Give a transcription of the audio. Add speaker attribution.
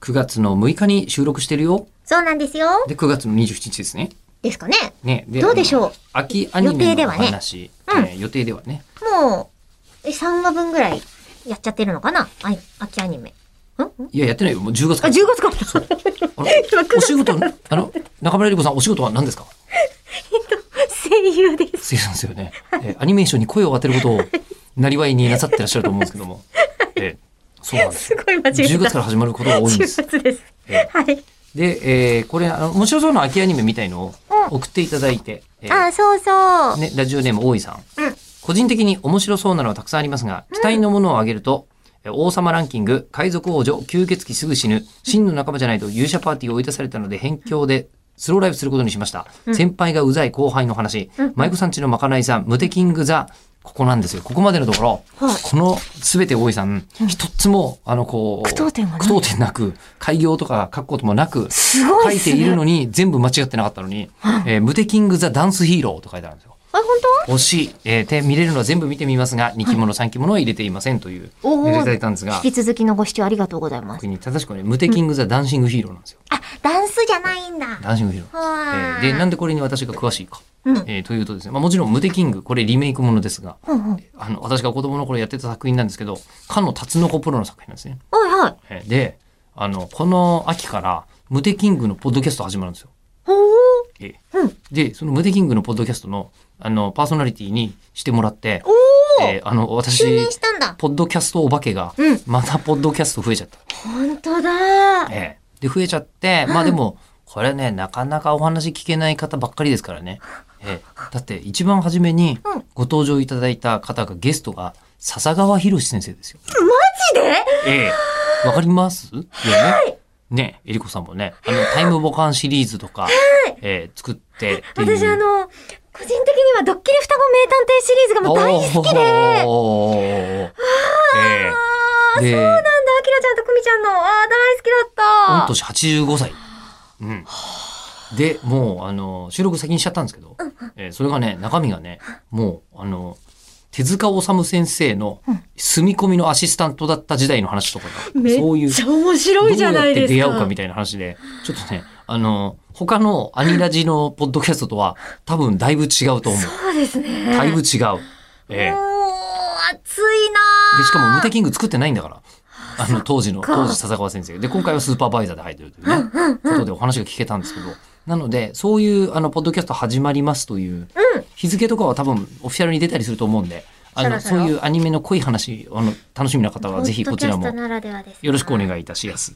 Speaker 1: 9月の6日に収録してるよ。
Speaker 2: そうなんですよ。
Speaker 1: で、9月の27日ですね。
Speaker 2: ですかね。
Speaker 1: ね。
Speaker 2: どうでしょう
Speaker 1: あの秋アニメ
Speaker 2: 予定で
Speaker 1: のお
Speaker 2: はね
Speaker 1: 話、
Speaker 2: うん
Speaker 1: えー予定ではね。
Speaker 2: もう、え、3話分ぐらいやっちゃってるのかなあい秋アニメ。んん
Speaker 1: いや、やってないよ。もう10月
Speaker 2: あ、
Speaker 1: から。
Speaker 2: 10月から だ。
Speaker 1: あれ
Speaker 2: 今
Speaker 1: お仕事、あの、中村ゆり子さん、お仕事は何ですか
Speaker 2: 声優です。
Speaker 1: そうなんですよね。えーアニメーションに声を当てることを、なりわいになさってらっしゃると思うんですけども。えーそうなんです
Speaker 2: す
Speaker 1: よ。
Speaker 2: ごい間違えた。
Speaker 1: 10月から始まることが多いんです。
Speaker 2: 10月です。
Speaker 1: え
Speaker 2: はい。
Speaker 1: ーで、えーこれ、あの、面白そうな秋アニメみたいのを
Speaker 2: う
Speaker 1: 送っていただいて、えー
Speaker 2: あ、そうそう。
Speaker 1: ね、ラジオネーム大井さん。
Speaker 2: うん
Speaker 1: 個人的に面白そうなのはたくさんありますが、期待のものを挙げると、え王様ランキング、海賊王女、吸血鬼すぐ死ぬ、真の仲間じゃないと勇者パーティーを追い出されたので、辺境でスローライブすることにしました。
Speaker 2: うん
Speaker 1: 先輩がうざい後輩の話、
Speaker 2: うん
Speaker 1: 舞妓さんちのまかないさん、ムテキングザ、ここなんですよ。ここまでのところ、
Speaker 2: はい
Speaker 1: このすべて大井さん、一つも、あの、こう、
Speaker 2: 句読点はない
Speaker 1: 句読点なく、開業とか書くこともなく、
Speaker 2: すご
Speaker 1: 書
Speaker 2: い
Speaker 1: い
Speaker 2: っす
Speaker 1: て
Speaker 2: ね。
Speaker 1: いるのに全部間違ってなかったのに、えームテキング・ザ・ダンス・ヒーローと書いてあるんですよ。
Speaker 2: あ、本
Speaker 1: 推し、えー、で見れるのは全部見てみますが、2期もの3期ものは入れていませんという、
Speaker 2: おー
Speaker 1: メールいただいたんです
Speaker 2: 当
Speaker 1: が、
Speaker 2: 引き続きのご視聴ありがとうございます。
Speaker 1: 特に正しくはね、ムテキング・ザ・ダンシング・ヒーローなんですよ。
Speaker 2: あ、ダンスじゃないんだ。
Speaker 1: ダンシング・ヒーロー。え
Speaker 2: は
Speaker 1: ーで、なんで
Speaker 2: で
Speaker 1: これに私が詳しいか。
Speaker 2: うん
Speaker 1: えーというとですね、まあ、もちろんムテキング、これリメイクものですが、
Speaker 2: うんうん。はい
Speaker 1: あの、私が子供の頃やってた作品なんですけど、かのタツノコプロの作品なんですね。
Speaker 2: はい。
Speaker 1: えーで、あの、この秋から、ムテキングのポッドキャスト始まるんですよ。
Speaker 2: ほー。
Speaker 1: えー
Speaker 2: うん。
Speaker 1: で、そのムテキングのポッドキャストの、あの、パーソナリティにしてもらって、
Speaker 2: おー、
Speaker 1: えーあの、私
Speaker 2: 就、任したんだ。
Speaker 1: ポッドキャストお化けが、
Speaker 2: うん
Speaker 1: またポッドキャスト増えちゃった。
Speaker 2: 本当だー。
Speaker 1: ええで、増えちゃって、まあでも、これね、なかなかお話聞けない方ばっかりですからね。ええだって、一番初めに
Speaker 2: うん
Speaker 1: ご登場いただいた方が、ゲストが、笹川博先生ですよ。
Speaker 2: マジで
Speaker 1: ええわかりますよね。ねえ、りこさんもね、あの、タイムボカンシリーズとか、ええ作ってっていう。
Speaker 2: 私あの、個人的にはドッキリ双子名探偵シリーズがもう大好きで、あ
Speaker 1: おーえ
Speaker 2: あー、
Speaker 1: えで
Speaker 2: そうなんだ、アキラちゃんとクミちゃんの、ああ、大好き
Speaker 1: 御
Speaker 2: だった。
Speaker 1: 年85歳。うん。で、もう、あの、収録先にしちゃったんですけど、えーそれがね、中身がね、もう、あの、手塚治虫先生の住み込みのアシスタントだった時代の話とかが、そうい
Speaker 2: め
Speaker 1: う
Speaker 2: っ、ちゃ面
Speaker 1: ど
Speaker 2: 白
Speaker 1: う
Speaker 2: いじ
Speaker 1: や
Speaker 2: ゃ
Speaker 1: っ
Speaker 2: ない
Speaker 1: て
Speaker 2: ですか。
Speaker 1: 出会うかみたいな話で、ちょっとね、あの、他のアニラジのポッドキャストとは多分だいぶ違うと思う。
Speaker 2: そうですね。
Speaker 1: だいぶ違う。ええ
Speaker 2: もう、熱いなー
Speaker 1: で、しかも、ムテキング作ってないんだから。あの、当時の、
Speaker 2: そっか
Speaker 1: 当時笹川先生。で、今回はスーパーバイザーで入ってるというね、ことでお話が聞けたんですけど。なので、そういう、あの、ポッドキャスト始まりますという、日付とかは多分、オフィシャルに出たりすると思うんで、あの、
Speaker 2: そろそ
Speaker 1: そ
Speaker 2: ろ
Speaker 1: ういうアニメの濃い話、あの、楽しみな方は、ぜひこちら
Speaker 2: ポッドキ
Speaker 1: も
Speaker 2: ャスト、ならではですね
Speaker 1: よろしくお願いいたします。